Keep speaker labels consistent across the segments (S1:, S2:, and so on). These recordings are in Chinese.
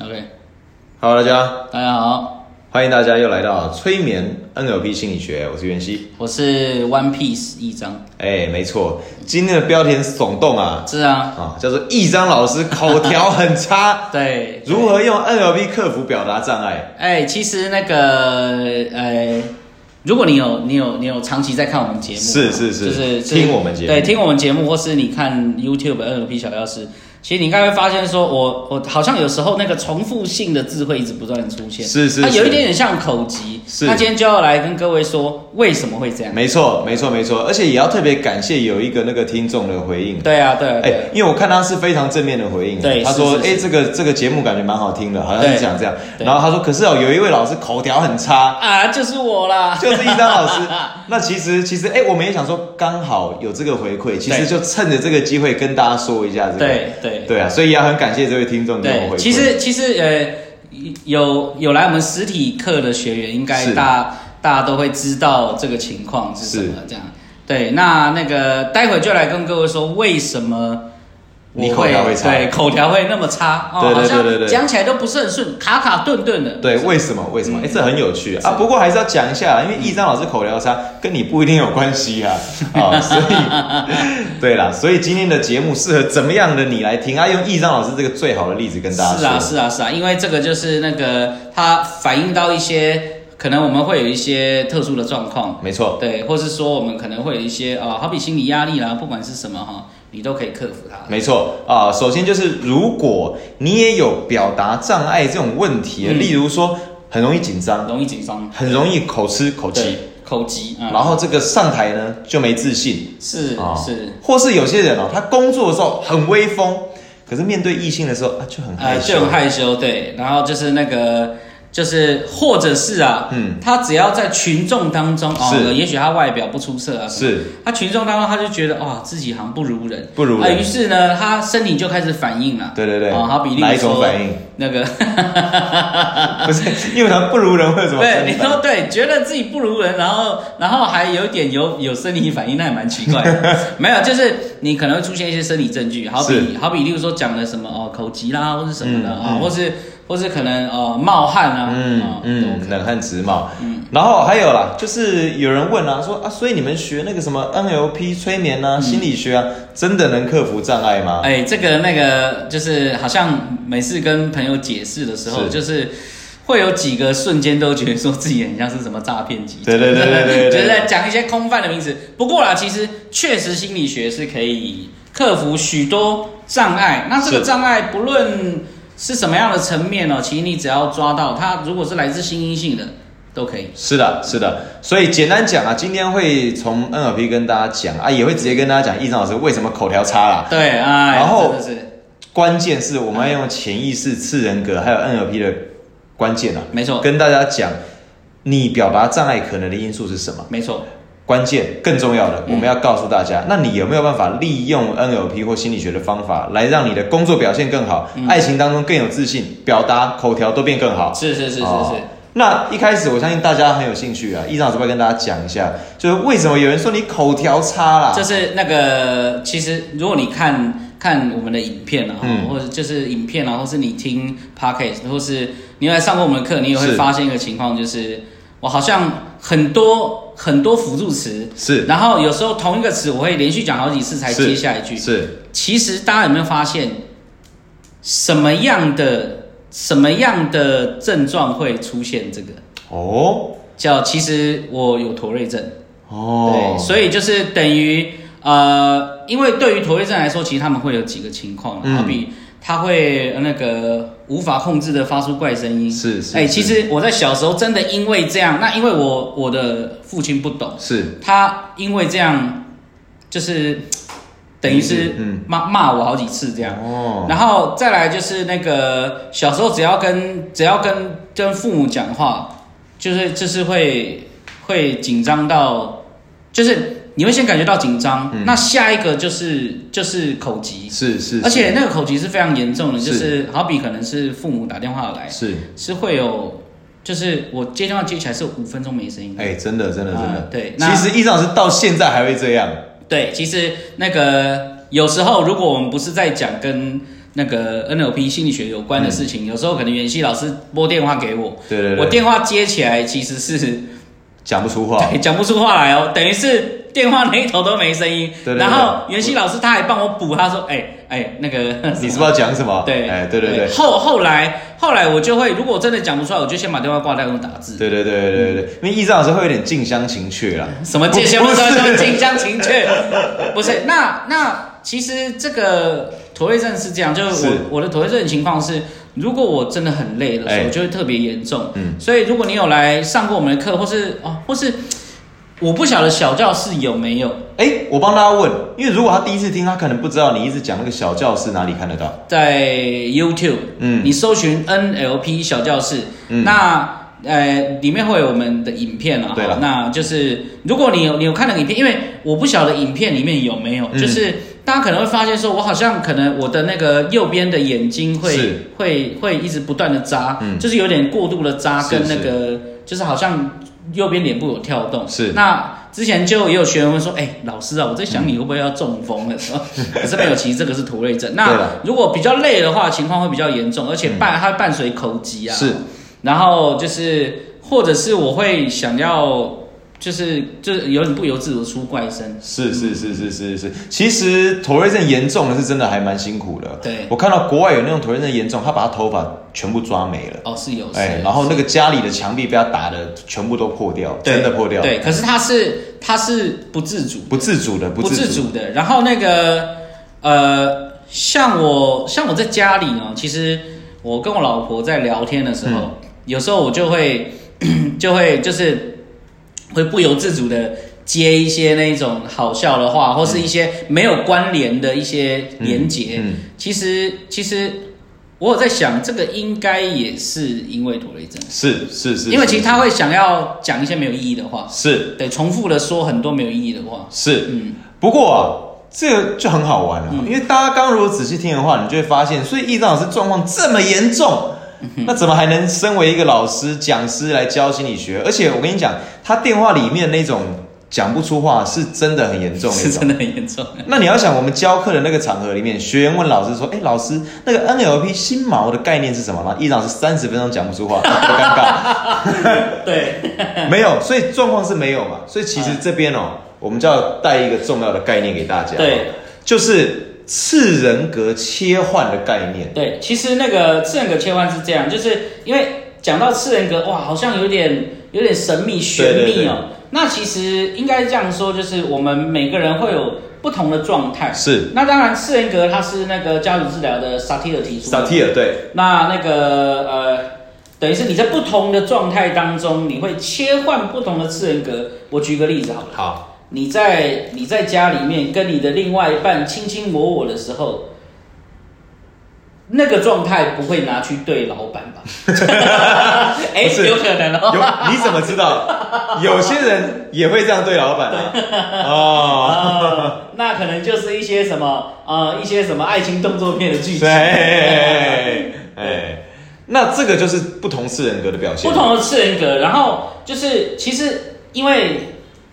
S1: OK，
S2: Hello，大家，
S1: 大家好，
S2: 欢迎大家又来到催眠 NLP 心理学，我是袁熙。
S1: 我是 One Piece 一张，
S2: 哎，没错，今天的标题很耸动啊，
S1: 是啊，，
S2: 啊，叫做易章老师口条很差
S1: 对，
S2: 如何用 NLP 克服表达障碍？
S1: 哎、其实那个呃，如果你有你有你有长期在看我们节目啊，
S2: 是是是
S1: 就是
S2: 听我们节目
S1: 对，听我们节目，或是你看 YouTube NLP 小教室，其实你应该会发现说我我好像有时候那个重复性的字会一直不断的出现，
S2: 是是
S1: 它有
S2: 是
S1: 一点点像口疾，
S2: 是
S1: 那今天就要来跟各位说为什么会这样，
S2: 没错，没错，没错，而且也要特别感谢有一个那个听众的回应。
S1: 对啊对啊，
S2: 哎、
S1: 对啊
S2: 因为我看他是非常正面的回应，
S1: 对
S2: 他说，
S1: 是是
S2: 哎、
S1: 是
S2: 这个这个节目感觉蛮好听的，好像
S1: 对
S2: 是讲这样，
S1: 对
S2: 然后他说，可是哦，有一位老师口条很差，
S1: 啊，就是我啦，
S2: 就是一张 老师。那其实其实哎、我们也想说，刚好有这个回馈，其实就趁着这个机会跟大家说一下这个。
S1: 对对
S2: 对啊，所以也很感谢这位听众给我们
S1: 对
S2: 回，馈。
S1: 其实其实呃，有有来我们实体课的学员，应该
S2: 是
S1: 大大家都会知道这个情况是什么这样。对，那那个待会就来跟各位说为什么我
S2: 你口条会差
S1: 对口条会那么差哦，
S2: 对对
S1: 好像
S2: 对对对
S1: 讲起来都不是很顺，卡卡顿顿的。
S2: 对，为什么？为什么？哎、这很有趣
S1: 嗯是
S2: 啊！不过还是要讲一下，因为易章老师口条差，跟你不一定有关 系啊。啊、所以对啦，所以今天的节目适合怎么样的你来听啊？用易章老师这个最好的例子跟大家说。
S1: 是啊，是啊，是啊，因为这个就是那个它反映到一些可能我们会有一些特殊的状况，
S2: 没错，
S1: 对，或是说我们可能会有一些啊、好比心理压力啦，不管是什么哈，你都可以克服它。
S2: 没错啊、首先就是如果你也有表达障碍这种问题，
S1: 嗯
S2: 例如说很容易紧张，
S1: 容易紧张，
S2: 很容易口吃口
S1: 对
S2: 气，，
S1: 口急啊，
S2: 然后这个上台呢就没自信
S1: 是
S2: 啊
S1: 是，
S2: 或是有些人哦，他工作的时候很威风，可是面对异性的时候啊就很害
S1: 呃，
S2: 羞，
S1: 就很害羞，对，然后就是那个。就是，或者是啊，
S2: 嗯，
S1: 他只要在群众当中哦，
S2: 是
S1: 也许他外表不出色啊，什么，
S2: 是
S1: 他群众当中他就觉得哇，自己好像不如人，
S2: 不如
S1: 啊，于
S2: 人。
S1: 是呢，他身体就开始反应了，
S2: 对对对，
S1: 哦，好比例
S2: 哪一种
S1: 说
S2: 反应？
S1: 那个
S2: 不是，因为他不如人会有什么反
S1: 对，
S2: 应？
S1: 你都对，觉得自己不如人，然后然后还有一点有有生理反应，那也蛮奇怪 的。没有，就是你可能会出现一些生理证据，好比好比例如说讲了什么哦口疾啦，或是什么的
S2: 嗯
S1: 啊、
S2: 嗯
S1: 或是或是可能呃冒汗啊，
S2: 嗯
S1: 啊
S2: 嗯，冷汗直冒。嗯，然后还有啦，就是有人问啊，说啊，所以你们学那个什么 NLP 催眠啊、心理学啊，真的能克服障碍吗？
S1: 嗯哎，这个那个就是好像每次跟朋友解释的时候，
S2: 是
S1: 就是会有几个瞬间都觉得说自己很像是什么诈骗集团，
S2: 对对对对对对
S1: 就是在讲一些空泛的名词。不过啦，其实确实心理学是可以克服许多障碍。那这个
S2: 是
S1: 障碍不论是什么样的层面哦，其实你只要抓到它，如果是来自心因性的，都可以。
S2: 是的，是的，所以简单讲啊，今天会从 NLP 跟大家讲啊，也会直接跟大家讲易章老师为什么口条差啦。
S1: 对，哎，
S2: 然后
S1: 真的是
S2: 关键是我们要用潜意识、次人格还有 NLP 的关键啊，
S1: 没错，
S2: 跟大家讲你表达障碍可能的因素是什么。
S1: 没错，
S2: 关键更重要的，
S1: 嗯
S2: 我们要告诉大家，那你有没有办法利用 NLP 或心理学的方法，来让你的工作表现更好，爱情当中更有自信，表达口条都变更好？
S1: 是是是是
S2: 哦
S1: 是，
S2: 那一开始我相信大家很有兴趣啊，伊长老师要跟大家讲一下，就是为什么有人说你口条差啦？
S1: 就是那个，其实如果你看看我们的影片啊，
S2: 嗯
S1: 或者就是影片啊，或是你听 podcast，或是你有来上过我们的课，你也会
S2: 是
S1: 发现一个情况，就是我好像很多很多辅助词，
S2: 是
S1: 然后有时候同一个词我会连续讲好几次才接下一句。
S2: 是
S1: 其实大家有没有发现，什么样的什么样的症状会出现这个？
S2: 哦
S1: 叫其实我有妥瑞症。
S2: 哦
S1: 对，，所以就是等于呃，因为对于妥瑞症来说，其实他们会有几个情况，
S2: 嗯
S1: 好比他会呃那个无法控制的发出怪声音。
S2: 是是
S1: 哎、
S2: 是
S1: 其实我在小时候真的因为这样，那因为我我的父亲不懂，
S2: 是
S1: 他因为这样就是等于是
S2: 嗯
S1: 骂骂我好几次这样。
S2: 哦，
S1: 然后再来就是那个小时候只要跟只要跟跟父母讲话，就是就是会会紧张到，就是你会先感觉到紧张，那下一个就是就是口疾，
S2: 嗯是是，
S1: 而且那个口疾是非常严重的，就是是好比可能是父母打电话来，
S2: 是
S1: 是会有就是我接电话接起来是五分钟没声音，
S2: 哎、真的真的真的，
S1: 啊对那
S2: 其实伊长老师到现在还会这样，
S1: 对，其实那个有时候如果我们不是在讲跟那个 NLP 心理学有关的事情，有时候可能袁熙老师拨电话给我，
S2: 嗯对对对
S1: 我电话接起来其实是
S2: 讲不出话，
S1: 对 讲不出话来哦，等于是电话那一头都没声音。
S2: 对对对
S1: 然后袁熙老师他还帮我补，他说：“哎哎，那个
S2: 你是不知道讲什么？
S1: 对，
S2: 哎，对对对，
S1: 后后来后来我就会，如果我真的讲不出来，我就先把电话挂掉，用打字。
S2: 对对对对对对，因为易章老师会有点近乡情怯啦。
S1: 什么界限
S2: 不
S1: 不知道
S2: 不是
S1: 什么近乡情 怯，不是？那那其实这个妥瑞症是这样，就是我
S2: 是
S1: 我的妥瑞症的情况是，如果我真的很累的时
S2: 哎
S1: 候，就会特别严重。
S2: 嗯
S1: 所以如果你有来上过我们的课，或是哦，或是我不晓得小教室有没有
S2: 哎，我帮大家问，因为如果他第一次听，他可能不知道你一直讲那个小教室哪里看得到。
S1: 在 YouTube，
S2: 嗯
S1: 你搜寻 NLP 小教室，
S2: 嗯
S1: 那呃里面会有我们的影片啊，
S2: 对了
S1: 好那就是如果你有你有看那个影片，因为我不晓得影片里面有没有，
S2: 嗯
S1: 就是大家可能会发现说，我好像可能我的那个右边的眼睛会
S2: 是
S1: 会会一直不断的眨，
S2: 嗯
S1: 就是有点过度的眨，
S2: 是
S1: 跟那个就是好像右边脸部有跳动，
S2: 是
S1: 那。之前就也有学员问说：“哎、老师啊，我在想你会不会要中风的时 候，可是没有，其实这个是土瑞症。那
S2: 对了
S1: 如果比较累的话，情况会比较严重，而且伴、它会伴随口疾啊。
S2: 嗯是，
S1: 然后就是或者是我会想要，就是就是有点不由自主地出怪声。
S2: 是是是是是是，其实妥瑞症严重的是真的还蛮辛苦的。
S1: 对
S2: 我看到国外有那种妥瑞症严重，他把他头发全部抓没了，
S1: 哦，是有是有
S2: 哎，然后那个家里的墙壁被他打的全部都破掉，
S1: 对
S2: 真的破掉，
S1: 对，，可是它是它是不自主，
S2: 不自主的，不
S1: 不
S2: 自
S1: 自主的。然后那个呃，像我像我在家里呢，其实我跟我老婆在聊天的时候，
S2: 嗯
S1: 有时候我就会 就会就是会不由自主的。接一些那种好笑的话，或是一些没有关联的一些连结。
S2: 嗯嗯
S1: 其实，其实我有在想，这个应该也是因为妥瑞症，
S2: 是是是，
S1: 因为其实他
S2: 会
S1: 会想要讲一些没有意义的话，
S2: 是
S1: 对，重复的说很多没有意义的话。
S2: 是，
S1: 嗯，
S2: 不过啊，这个就很好玩了、啊因为大家刚刚如果仔细听的话，你就会发现，所以易章老师状况这么严重，
S1: 嗯
S2: 那怎么还能身为一个老师、讲师来教心理学？而且我跟你讲，他电话里面那种讲不出话，是真的很严重
S1: 是
S2: 那种
S1: 真。的很严重。
S2: 那你要想，我们教课的那个场合里面，学员问老师说：“哎、老师，那个 NLP 心锚的概念是什么？”然后易老师三十分钟讲不出话，多尴尬。
S1: 对，
S2: 没有，所以状况是没有嘛。所以其实这边哦，我们就要带一个重要的概念给大家。
S1: 对，
S2: 就是次人格切换的概念。
S1: 对，其实那个次人格切换是这样，就是因为讲到次人格，哇，好像有点有点神秘玄
S2: 对对
S1: 秘
S2: 对
S1: 哦。那其实应该这样说，就是我们每个人会有不同的状态。
S2: 是
S1: 那当然，次人格它是那个家族治疗的萨提尔提出的。
S2: 萨提尔对，
S1: 那那个呃，等于是你在不同的状态当中，你会切换不同的次人格。我举个例子好了。
S2: 好，
S1: 你在你在家里面跟你的另外一半卿卿我我的时候，那个状态不会拿去对老板 吧？哎、
S2: 不是
S1: 有可能 哦。
S2: 有你怎么知道？有些人也会这样对老板啊。 哦，
S1: 啊，那可能就是一些什么呃，一些什么爱情动作片的剧情
S2: 对，。哎哎，那这个就是不同次人格的表现。
S1: 不同的次人格，然后就是其实因为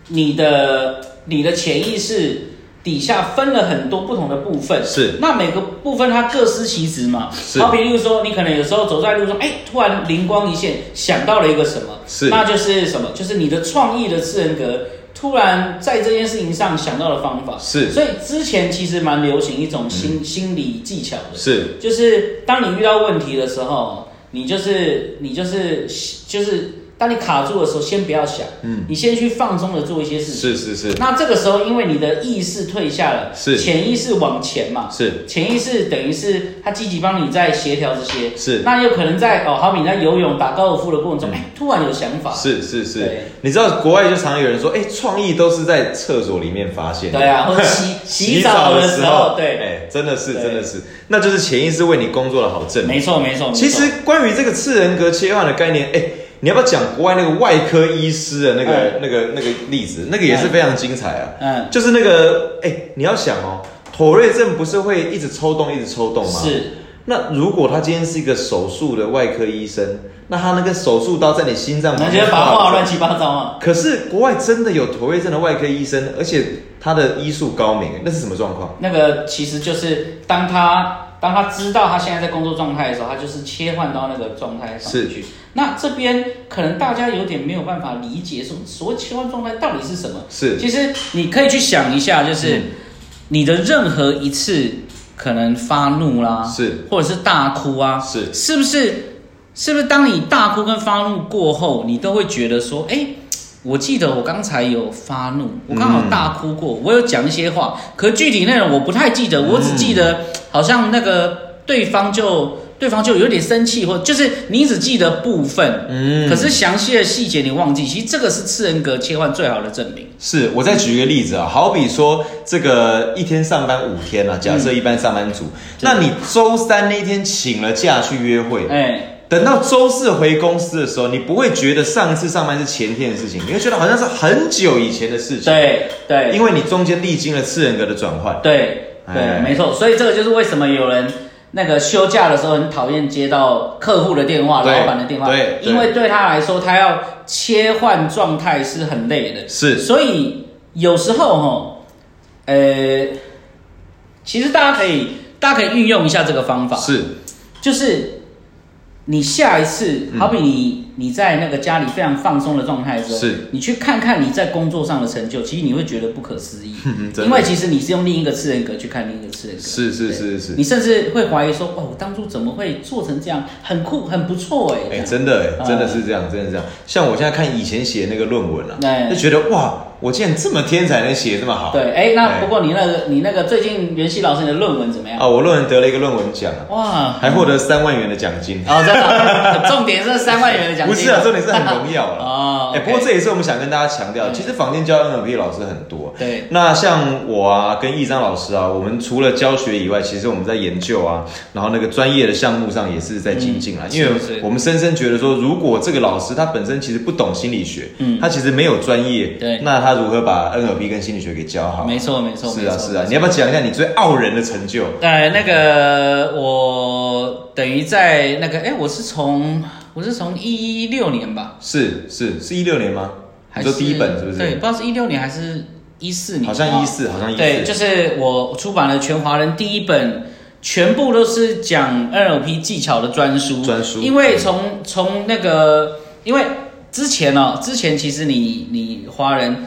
S1: 你的你的潜意识底下分了很多不同的部分，
S2: 是
S1: 那每个部分它各司其职嘛。
S2: 是
S1: 好比例如说，你可能有时候走在路上，哎，突然灵光一现，想到了一个什么，
S2: 是
S1: 那就是什么，就是你的创意的次人格。突然在这件事情上想到的方法
S2: 是嗯
S1: 所以之前其实蛮流行一种心、心理技巧的，
S2: 是
S1: 就是当你遇到问题的时候，你就是你就是就是当你卡住的时候，先不要想，嗯，你先去放松的做一些事情。
S2: 是是是
S1: 那这个时候，因为你的意识退下了，
S2: 是
S1: 潜意识往前嘛，
S2: 是
S1: 潜意识等于是它积极帮你在协调这些，
S2: 是嗯
S1: 那有可能在哦，好比你在游泳、打高尔夫的过程中，哎、突然有想法，
S2: 是是是
S1: 对，
S2: 你知道国外就常有人说，哎，创意都是在厕所里面发现的。
S1: 对啊，或者 洗洗澡的时候，对，
S2: 哎，真的是，
S1: 对
S2: 真的是，那就是潜意识为你工作的好证明。
S1: 没错没错。没错
S2: 其实关于这个次人格切换的概念，哎，你要不要讲国外那个外科医师的那
S1: 哎
S2: 个、那个、那个例子？那个也是非常精彩啊。
S1: 嗯
S2: 就是那个，哎，你要想哦，妥瑞症不是会一直抽动、一直抽动吗？。
S1: 是
S2: 那如果他今天是一个手术的外科医生，那他那个手术刀在你心脏
S1: 你
S2: 旁
S1: 觉
S2: 边
S1: 得八卦乱七八糟吗？
S2: 可是国外真的有妥瑞症的外科医生，而且他的医术高明，那是什么状况？
S1: 那个其实就是当他当他知道他现在在工作状态的时候，他就是切换到那个状态上
S2: 是
S1: 去。那这边可能大家有点没有办法理解，说所谓切换状态到底是什么？
S2: 是嗯
S1: 其实你可以去想一下，就是你的任何一次可能发怒啦，
S2: 是，
S1: 或者是大哭啊，
S2: 是
S1: 是不是？是不是当你大哭跟发怒过后，你都会觉得说，哎、我记得我刚才有发怒，我刚好大哭过，我有讲一些话，
S2: 嗯
S1: 可具体内容我不太记得，我只记得好像那个对方就对方就有点生气，或就是你只记得部分，
S2: 嗯
S1: 可是详细的细节你忘记。其实这个是次人格切换最好的证明。
S2: 是，我再举一个例子啊，好比说这个一天上班五天啊，假设
S1: 嗯
S2: 一般上班族，那你周三那天请了假去约会，
S1: 哎、
S2: 等到周四回公司的时候，你不会觉得上次上班是前天的事情，你会觉得好像是很久以前的事情，，
S1: 对对，
S2: 因为你中间历经了次人格的转换，
S1: 对对
S2: 哎，
S1: 没错，所以这个就是为什么有人那个休假的时候很讨厌接到客户的电话、老
S2: 对
S1: 板的电话，
S2: 对对
S1: 因为对他来说，他要切换状态是很累的，
S2: 是
S1: 所以有时候哈，呃，其实大家可以大家可以运用一下这个方法，
S2: 是，
S1: 就是你下一次，
S2: 嗯
S1: 好比你你在那个家里非常放松的状态的时候，
S2: 是
S1: 你去看看你在工作上的成就，其实你会觉得不可思议，
S2: 真的
S1: 因为其实你是用另一个次人格去看另一个次人格，
S2: 是是
S1: 对
S2: 是是
S1: 你甚至会怀疑说，哦，我当初怎么会做成这样，很酷，很不错哎、
S2: 哎、
S1: 这样
S2: 真的、哎，
S1: 嗯
S2: 真的是这样，真的是这样。像我现在看以前写那个论文啊，
S1: 哎
S2: 就觉得哇，我竟然这么天才，能写这么好。
S1: 对，哎、那
S2: 哎
S1: 不过你那个你那个最近袁熙老师你的论文怎么样？
S2: 啊，我论文得了一个论文奖啊，
S1: 哇，
S2: 还获得三万元的奖金。
S1: 哦，真的啊，重点是三万元的奖
S2: 不
S1: 金，
S2: 是啊，重点是很荣耀啊。
S1: 哦
S2: 哎、
S1: OK 嗯
S2: 不过这也是我们想跟大家强调，其实坊间教 NLP 老师很多。啊
S1: 对，
S2: 那像我啊，跟易章老师啊，我们除了教学以外，其实我们在研究啊，然后那个专业的项目上也是在精进啊，
S1: 嗯
S2: 因为
S1: 是是
S2: 我们深深觉得说，如果这个老师他本身其实不懂心理学，
S1: 嗯
S2: 他其实没有专业，
S1: 对
S2: 那他如何把 NLP 跟心理学给教好？
S1: 没错没错，
S2: 是
S1: 没
S2: 啊
S1: 错
S2: 是
S1: 没
S2: 啊
S1: 错，
S2: 你要不要讲一下你最傲人的成就？
S1: 呃，那个我等于在那个，哎，我是从我是从一六年吧，
S2: 是是是一六年吗？
S1: 还
S2: 你
S1: 是
S2: 说第一本是不是？
S1: 对，不知道是一六年还是一四年，
S2: 好像一四，好像一四，
S1: 对，就是我出版了全华人第一本，全部都是讲 NLP 技巧的专书。
S2: 专书
S1: 因为从从那个，因为之前哦，之前其实你你华人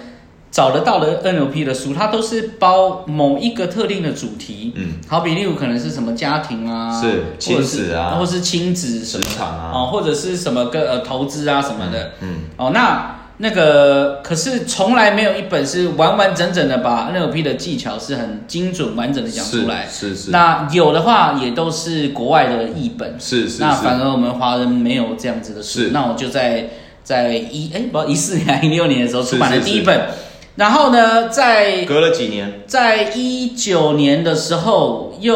S1: 找得到的 NLP 的书，它都是包某一个特定的主题。
S2: 嗯，
S1: 好比例如可能是什么家庭啊，
S2: 是
S1: 或者是
S2: 亲子啊
S1: 或是亲子什么的
S2: 职场啊
S1: 哦，或者是什么个呃投资啊什么的。
S2: 嗯，
S1: 哦，那那个可是从来没有一本是完完整整的把 NLP 的技巧是很精准完整的讲出来。
S2: 是是
S1: 那有的话也都是国外的译本，
S2: 是是
S1: 那
S2: 是
S1: 反而我们华人没有这样子的书
S2: 是。
S1: 那我就在在一哎不一四年一六年的时候
S2: 是
S1: 出版了
S2: 是
S1: 第一
S2: 是
S1: 本，然后呢，在
S2: 隔了几年，
S1: 在一九年的时候又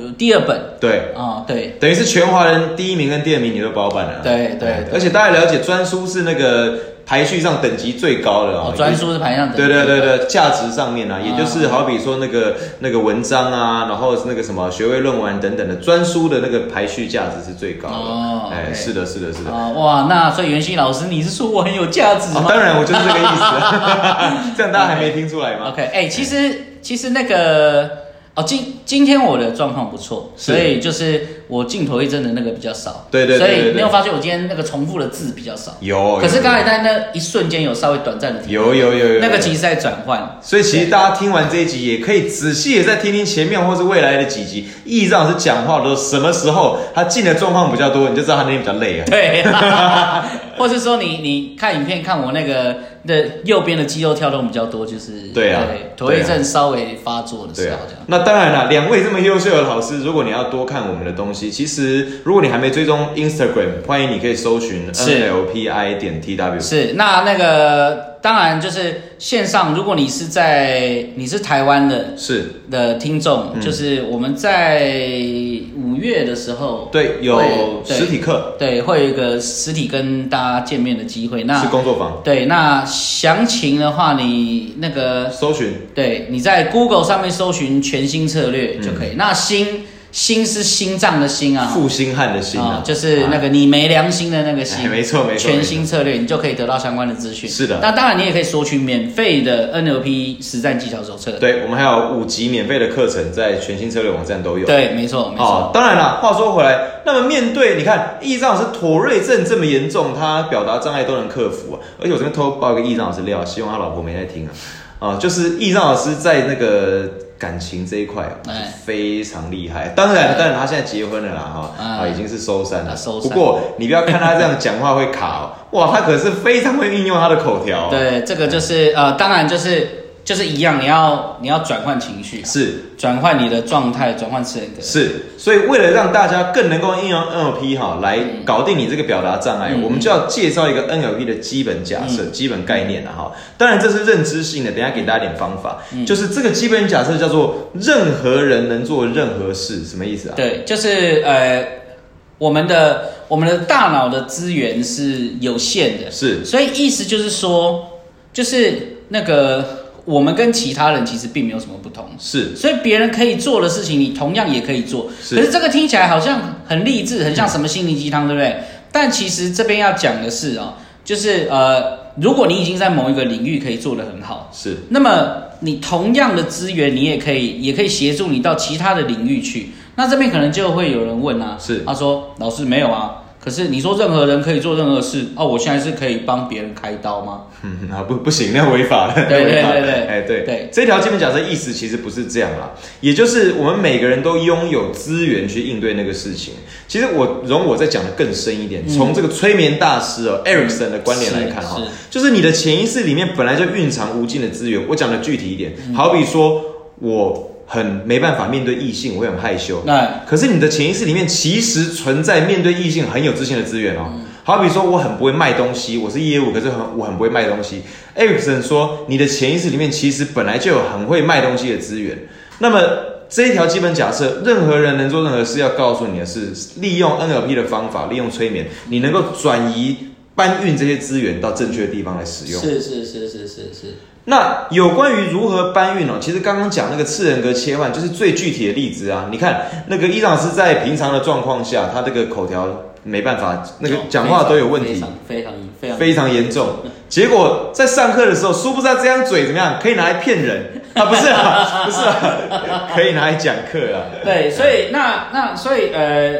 S1: 有第二本
S2: 对，
S1: 啊、对
S2: 等于是全华人第一名跟第二名你都包办了啊、
S1: 对对对，
S2: 而且大家了解，专书是那个排序上等级最高的啊、
S1: 哦专。书是排上等
S2: 对
S1: 级
S2: 对
S1: 的
S2: 对对，价值上面啊，也就是好比说那个那个文章啊，然后是那个什么学位论文等等的，专书的那个排序价值是最高的。
S1: 哦
S2: 哎，
S1: OK
S2: 是的，是的，是的。
S1: 啊、哇，那所以袁熙老师，你是说我很有价值吗？
S2: 哦，当然我就是这个意啊 思，这样大家还没听出来吗？
S1: OK，哎、其实其实那个哦，今今天我的状况不错，
S2: 是
S1: 所以就是我镜头一帧的那个比较少，
S2: 对对对对
S1: 所
S2: 对哦
S1: 以没有发现我今天那个重复的字比较少。
S2: 有，
S1: 可是
S2: 有
S1: 刚才在那一瞬间有稍微短暂的停顿
S2: 有有有有有
S1: 那个其实在转换，
S2: 所以其实大家听完这一集，也可以仔细的再听听前面或是未来的几集，易让是讲话的时候，什么时候他进的状况比较多，你就知道他那天比较累啊。
S1: 对， 或是说你你看影片看我那个的右边的肌肉跳动比较多，就是
S2: 对啊
S1: 头
S2: 对啊
S1: 一阵稍微发作的时
S2: 对
S1: 候
S2: 啊
S1: 这样，，
S2: 那当然了，两位这么优秀的老师，如果你要多看我们的东西，其实如果你还没追踪 Instagram，欢迎你可以搜寻
S1: 是
S2: NLPI 点 TW。
S1: 是，那那个当然就是线上，如果你是在你是台湾的
S2: 是，
S1: 的听众，
S2: 嗯
S1: 就是我们在五月的时候，
S2: 对，有
S1: 会
S2: 实体课，
S1: 对，会有一个实体跟大家见面的机会。
S2: 是
S1: 那
S2: 工作坊，
S1: 对，那详情的话，你那个
S2: 搜寻嗯
S1: 对，你在 Google 上面搜寻全新策略就可以。那新心是心脏的心啊，
S2: 负心汉的心啊
S1: 啊，，就是那个你没良心的那个
S2: 哎
S1: 心，
S2: 没错没错
S1: 全新策略，你就可以得到相关的资讯。
S2: 是的
S1: 那当然你也可以索取免费的 NLP 实战技巧手册。
S2: 对，我们还有五集免费的课程，在全新策略网站都有。
S1: 对，没错，没错。
S2: 哦，当然了，话说回来，那么面对你看，易障老师妥瑞症这么严重，他表达障碍都能克服、啊，而且我这边偷爆一个易障老师料，希望他老婆没在听啊。啊，就是易障老师在那个感情这一块、啊、
S1: 哎
S2: 非常厉害。当然，当然他现在结婚了啦，哈、
S1: 哎
S2: 啊，已经是收山了。
S1: 啊收山
S2: 不过你不要看他这样讲话会卡哦，哇，他可是非常会运用他的口条、哦。，哎
S1: 对，这个就是呃，当然就是就是一样，你要你要转换情绪，
S2: 是。
S1: 转换你的状态，转换思人格。
S2: 是，所以为了让大家更能够应用 NLP 哈，来搞定你这个表达障碍，
S1: 嗯
S2: 我们就要介绍一个 NLP 的基本假设、基本概念了啊哈。当然这是认知性的，等一下给大家点方法，就是这个基本假设叫做任何人能做任何事，什么意思啊？
S1: 对，就是呃，我们的我们的大脑的资源是有限的，
S2: 是
S1: 所以意思就是说，就是那个我们跟其他人其实并没有什么不同，
S2: 是
S1: 所以别人可以做的事情，你同样也可以做。
S2: 是
S1: 可是这个听起来好像很励志，很像什么心灵鸡汤，对不对？但其实这边要讲的是哦，就是呃，如果你已经在某一个领域可以做得很好，
S2: 是
S1: 那么你同样的资源，你也可以也可以协助你到其他的领域去。那这边可能就会有人问啊，
S2: 是
S1: 他说老师没有啊，可是你说任何人可以做任何事，哦，我现在是可以帮别人开刀吗？
S2: 嗯 啊，不不行，那违法了。
S1: 对对
S2: 那违法
S1: 对对
S2: 哎对
S1: 对
S2: 这条基本假设意思其实不是这样啦，也就是我们每个人都拥有资源去应对那个事情。其实我容我再讲的更深一点，从这个催眠大师哦 Erikson 的观点来看哈、
S1: 嗯是是
S2: 就是你的潜意识里面本来就蕴藏无尽的资源。我讲的具体一点，
S1: 嗯
S2: 好比说我很没办法面对异性，我会很害羞。
S1: 那
S2: 可是你的潜意识里面其实存在面对异性很有自信的资源哦。好比说，我很不会卖东西，我是业务，可是很我很不会卖东西。艾 r i 说，你的潜意识里面其实本来就有很会卖东西的资源。那么这一条基本假设，任何人能做任何事，要告诉你的是，利用 NLP 的方法，利用催眠，你能够转移搬运这些资源到正确的地方来使用。
S1: 是是是是是是，
S2: 那有关于如何搬运哦，其实刚刚讲那个次人格切换就是最具体的例子啊。你看那个伊朗是在平常的状况下，他这个口条没办法，那个讲话都有问
S1: 非
S2: 题
S1: 常，非常非常
S2: 非常严重。结果在上课的时候，殊不知他这张嘴怎么样，可以拿来骗人啊？不是啊， 不是啊，可以拿来讲课啊。
S1: 对，所以那那所以呃，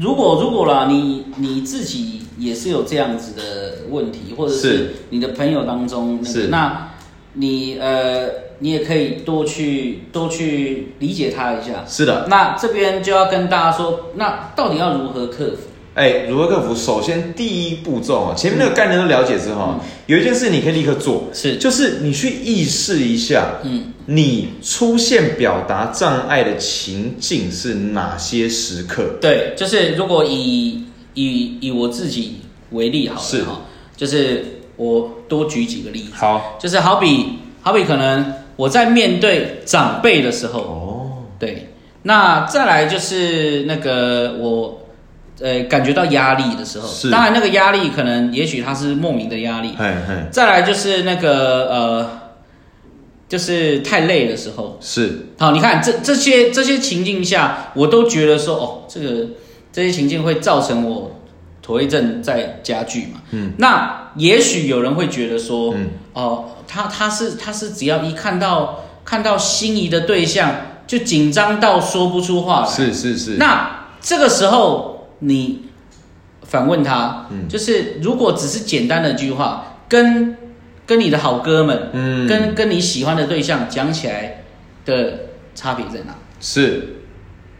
S1: 如果如果啦，你你自己也是有这样子的问题，或者
S2: 是
S1: 是你的朋友当中、那个
S2: 是
S1: 那你呃，你也可以多去多去理解他一下。
S2: 是的，
S1: 那这边就要跟大家说，那到底要如何克服？
S2: 哎，如何克服？首先第一步骤啊，前面那个概念都了解之后啊，有一件事你可以立刻做，
S1: 嗯是
S2: 就是你去意识一下，
S1: 嗯，
S2: 你出现表达障碍的情境是哪些时刻？
S1: 对，就是如果以以以我自己为例好
S2: 是
S1: 了哈，就是我多举几个例子。
S2: 好，
S1: 就是好比好比可能我在面对长辈的时候，
S2: 哦，
S1: 对，那再来就是那个我呃感觉到压力的时候，
S2: 是
S1: 当然那个压力可能也许它是莫名的压力，
S2: 嘿嘿，
S1: 再来就是那个呃就是太累的时候，
S2: 是
S1: 好，你看这这些这些情境下，我都觉得说，哦，这个这些情境会造成我妥瑞症在加剧嘛。嗯，那也许有人会觉得说，
S2: 嗯
S1: 哦，他他是他是只要一看到看到心仪的对象就紧张到说不出话来。，
S2: 是是是，
S1: 那这个时候你反问他，
S2: 嗯
S1: 就是如果只是简单的一句话，跟跟你的好哥们，
S2: 嗯
S1: 跟跟你喜欢的对象讲起来的差别在哪？
S2: 是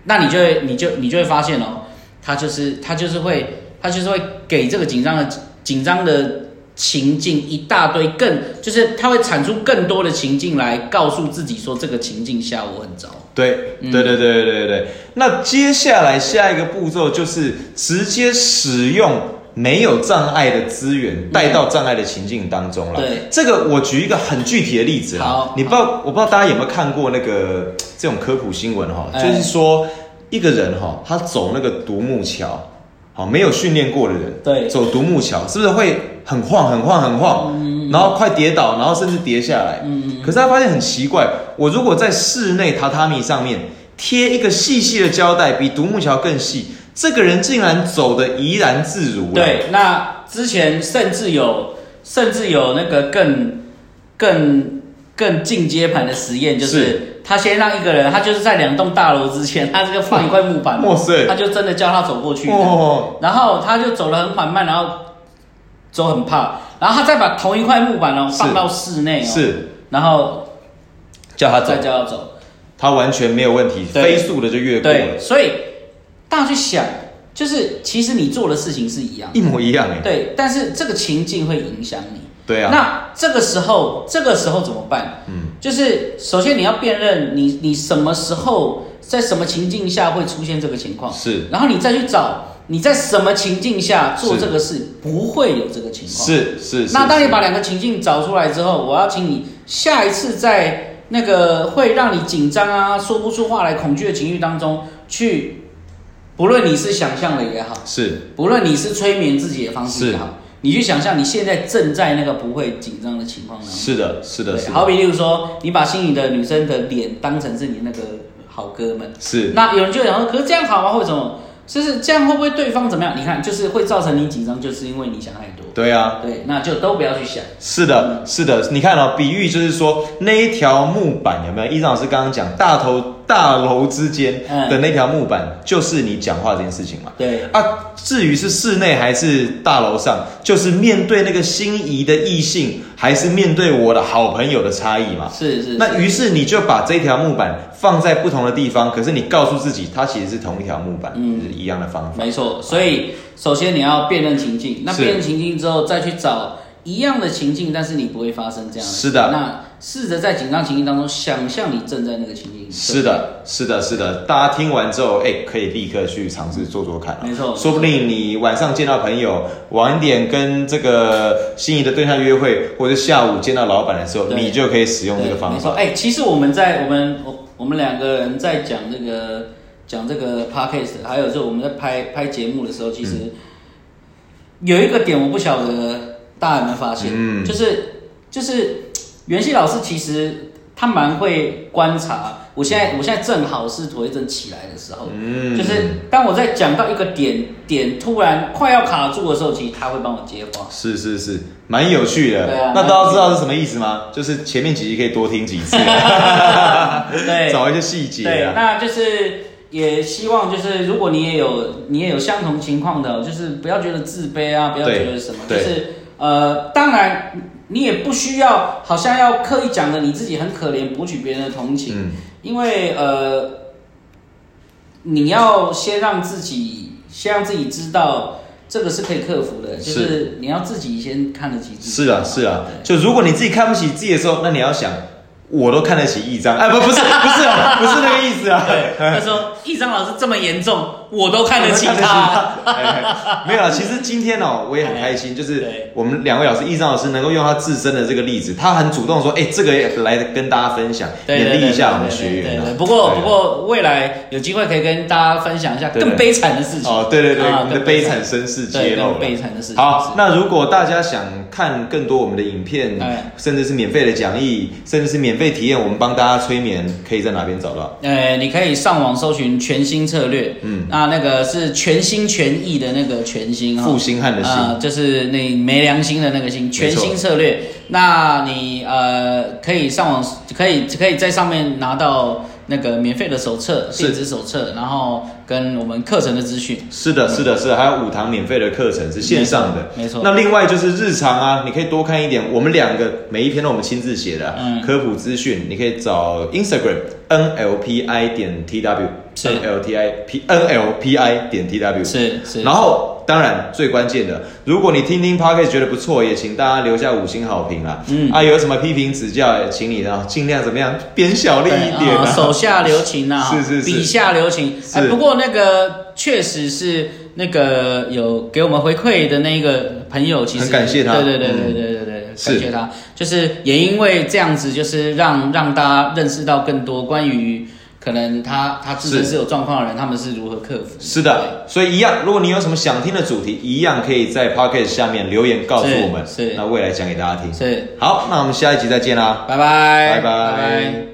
S1: 那你就会，你就你就会发现哦，他就是他就是会，他就是会给这个紧张的紧张的情境一大堆更，就是他会产出更多的情境来告诉自己说，这个情境下我很糟。
S2: 对，
S1: 嗯
S2: 对对对对对对。那接下来下一个步骤就是直接使用。没有障碍的资源带到障碍的情境当中了。
S1: 嗯对，
S2: 这个我举一个很具体的例子啦啊
S1: 好
S2: 你不知道，我不知道大家有没有看过那个这种科普新闻哈、
S1: 哎
S2: 就是说一个人哈、他走那个独木桥，好、没有训练过的人，
S1: 对
S2: 走独木桥是不是会很晃、很晃、很晃，
S1: 嗯
S2: 然后快跌倒，然后甚至跌下来？可是他发现很奇怪，我如果在室内榻榻米上面。贴一个细细的胶带，比独木桥更细。这个人竟然走的怡然自如，，啊
S1: 对，那之前甚至有甚至有那个更更更进阶盘的实验，就是他先让一个人，他就是在两栋大楼之前，他这个放一块木板，
S2: 哇塞
S1: 他就真的叫他走过去，
S2: 哦，
S1: 然后他就走得很缓慢，然后走很怕，然后他再把同一块木板哦
S2: 是
S1: 放到室内哦，，
S2: 是
S1: 然后
S2: 叫他走
S1: 再，叫他走，
S2: 他完全没有问题，
S1: 对
S2: 飞速的就越过
S1: 对，
S2: 了，
S1: 所以大家去想，就是其实你做的事情是一样的，
S2: 一模一样哎，
S1: 对，但是这个情境会影响你。
S2: 对啊，
S1: 那这个时候，这个时候怎么办？
S2: 嗯，
S1: 就是首先你要辨认你你什么时候在什么情境下会出现这个情况，
S2: 是
S1: 然后你再去找你在什么情境下做这个事不会有这个情况。
S2: 是是，是
S1: 那当你
S2: 是
S1: 把两个情境找出来之后，我要请你下一次在那个会让你紧张啊、说不出话来、恐惧的情绪当中去，不论你是想象的也好，
S2: 是
S1: 不论你是催眠自己的方式也好，你去想象你现在正在那个不会紧张的情况当中。
S2: 是的，是的，
S1: 对，
S2: 是的
S1: 好比例如说，你把心仪的女生的脸当成是你那个好哥们，
S2: 是
S1: 那有人就想说，可是这样好吗？或者什么？就是这样会不会对方怎么样？你看，就是会造成你紧张，就是因为你想太多。
S2: 对啊，
S1: 对，那就都不要去想。
S2: 是的，是的，你看哦，比喻就是说那一条木板有没有？依照老师刚刚讲大头大楼之间
S1: 嗯
S2: 的那条木板，就是你讲话这件事情嘛。
S1: 对，
S2: 啊，至于是室内还是大楼上，就是面对那个心仪的异性，还是面对我的好朋友的差异嘛。
S1: 是是
S2: 那
S1: 是，
S2: 于是你就把这条木板放在不同的地方，可是你告诉自己，它其实是同一条木板，
S1: 嗯
S2: 就是一样的方法。
S1: 没错。所以首先你要辨认情境，那
S2: 是
S1: 辨认情境之后再去找一样的情境，但是你不会发生这样的事。
S2: 是的
S1: 那试着在紧张情境当中想象你正在那个情境。
S2: 是的，是的，是的，大家听完之后，哎、可以立刻去尝试做做看、啊。
S1: 没错
S2: 说不定你晚上见到朋友，晚一点跟这个心仪的对象约会，或者下午见到老板的时候，
S1: 对
S2: 你就可以使用
S1: 对，
S2: 这个方
S1: 没错，
S2: 法。
S1: 哎、其实我们在我们我我们两个人在讲这个讲这个 podcast，还有就是我们在拍拍节目的时候，其实
S2: 嗯
S1: 有一个点我不晓得大家有没有发现，
S2: 嗯
S1: 就是就是袁熙老师其实他蛮会观察。我现在我现在正好是头一阵起来的时候，
S2: 嗯
S1: 就是当我在讲到一个点点突然快要卡住的时候，其实他会帮我接 话。
S2: 是是是，蛮有趣的。
S1: 对啊
S2: 那
S1: 蛮有趣的
S2: 大家知道是什么意思吗？就是前面几集可以多听几次，
S1: 对，
S2: 找一些细节
S1: 对，
S2: 啊。
S1: 那就是也希望就是如果你也有你也有相同情况的，就是不要觉得自卑啊，不要觉得什么，就
S2: 对
S1: 是呃，当然你也不需要好像要刻意讲的你自己很可怜，博取别人的同情，
S2: 嗯，
S1: 因为呃，你要先让自己先让自己知道。这个是可以克服的，就是你要自己先看得起自己。
S2: 是啊是啊
S1: 对。
S2: 就如果你自己看不起自己的时候，那你要想，我都看得起一张。哎，不不是不是啊，不是那个意思啊。
S1: 对，他说易章老师这么严重，我都看得起
S2: 看得起
S1: 他。
S2: 他。哎没有啦，其实今天哦，我也很开心，就是
S1: 对
S2: 我们两位老师，易章老师能够用他自身的这个例子，他很主动说，哎，这个也来跟大家分享，
S1: 对
S2: 勉
S1: 对
S2: 励
S1: 对
S2: 一下我们
S1: 对对
S2: 学员
S1: 对
S2: 啊
S1: 对。不过
S2: 对啊
S1: 不。过，未来有机会可以跟大家分享一下
S2: 对对
S1: 更悲惨的事情。
S2: 哦，对对对，
S1: 啊
S2: 我们的
S1: 更
S2: 悲惨身世揭
S1: 对
S2: 露
S1: 更
S2: 了。
S1: 悲惨的事情。
S2: 好，
S1: 是
S2: 那如果大家想看更多我们的影片
S1: 哎，
S2: 甚至是免费的讲义，甚至是免费体验，我们帮大家催眠，可以在哪边找到？
S1: 呃，你可以上网搜寻全新策略，
S2: 嗯
S1: 嗯，那那个是全心全意的那个全心哈，
S2: 负心汉的心
S1: 啊就是那没良心的那个心，全新策略。那你呃可以上网，可以可以在上面拿到那个免费的手册，
S2: 是
S1: 电子手册，然后跟我们课程的资讯。
S2: 是的，是的，是的，还有五堂免费的课程是线上的，
S1: 没错没错
S2: 那另外就是日常啊，你可以多看一点，我们两个每一篇都我们亲自写的啊、
S1: 嗯
S2: 科普资讯，你可以找 Instagram nlpi 点 tw
S1: 是
S2: nlti p nlpi 点 tw
S1: 是是，
S2: 然后，当然最关键的，如果你听听 podcast 觉得不错，也请大家留下五星好评啦。嗯
S1: 嗯
S2: 啊，有什么批评指教，也请你啊尽量怎么样编小力
S1: 对
S2: 一点
S1: 啊
S2: 啊。
S1: 手下留情啊，
S2: 是是是
S1: 笔下留情。哎，
S2: 是
S1: 不过那个确实是那个有给我们回馈的那个朋友，其实
S2: 很感谢他
S1: 对对对
S2: 嗯
S1: 对对对对，
S2: 是
S1: 感谢他。就是也因为这样子，就是让让大家认识到更多关于可能他他自身
S2: 是
S1: 是有状况的人，他们是如何克服。
S2: 是的，所以一样，如果你有什么想听的主题，一样可以在 podcast 下面留言告诉我们，
S1: 是是
S2: 那未来讲给大家听
S1: 对，。是，
S2: 好，那我们下一集再见啦，
S1: 拜拜，
S2: 拜拜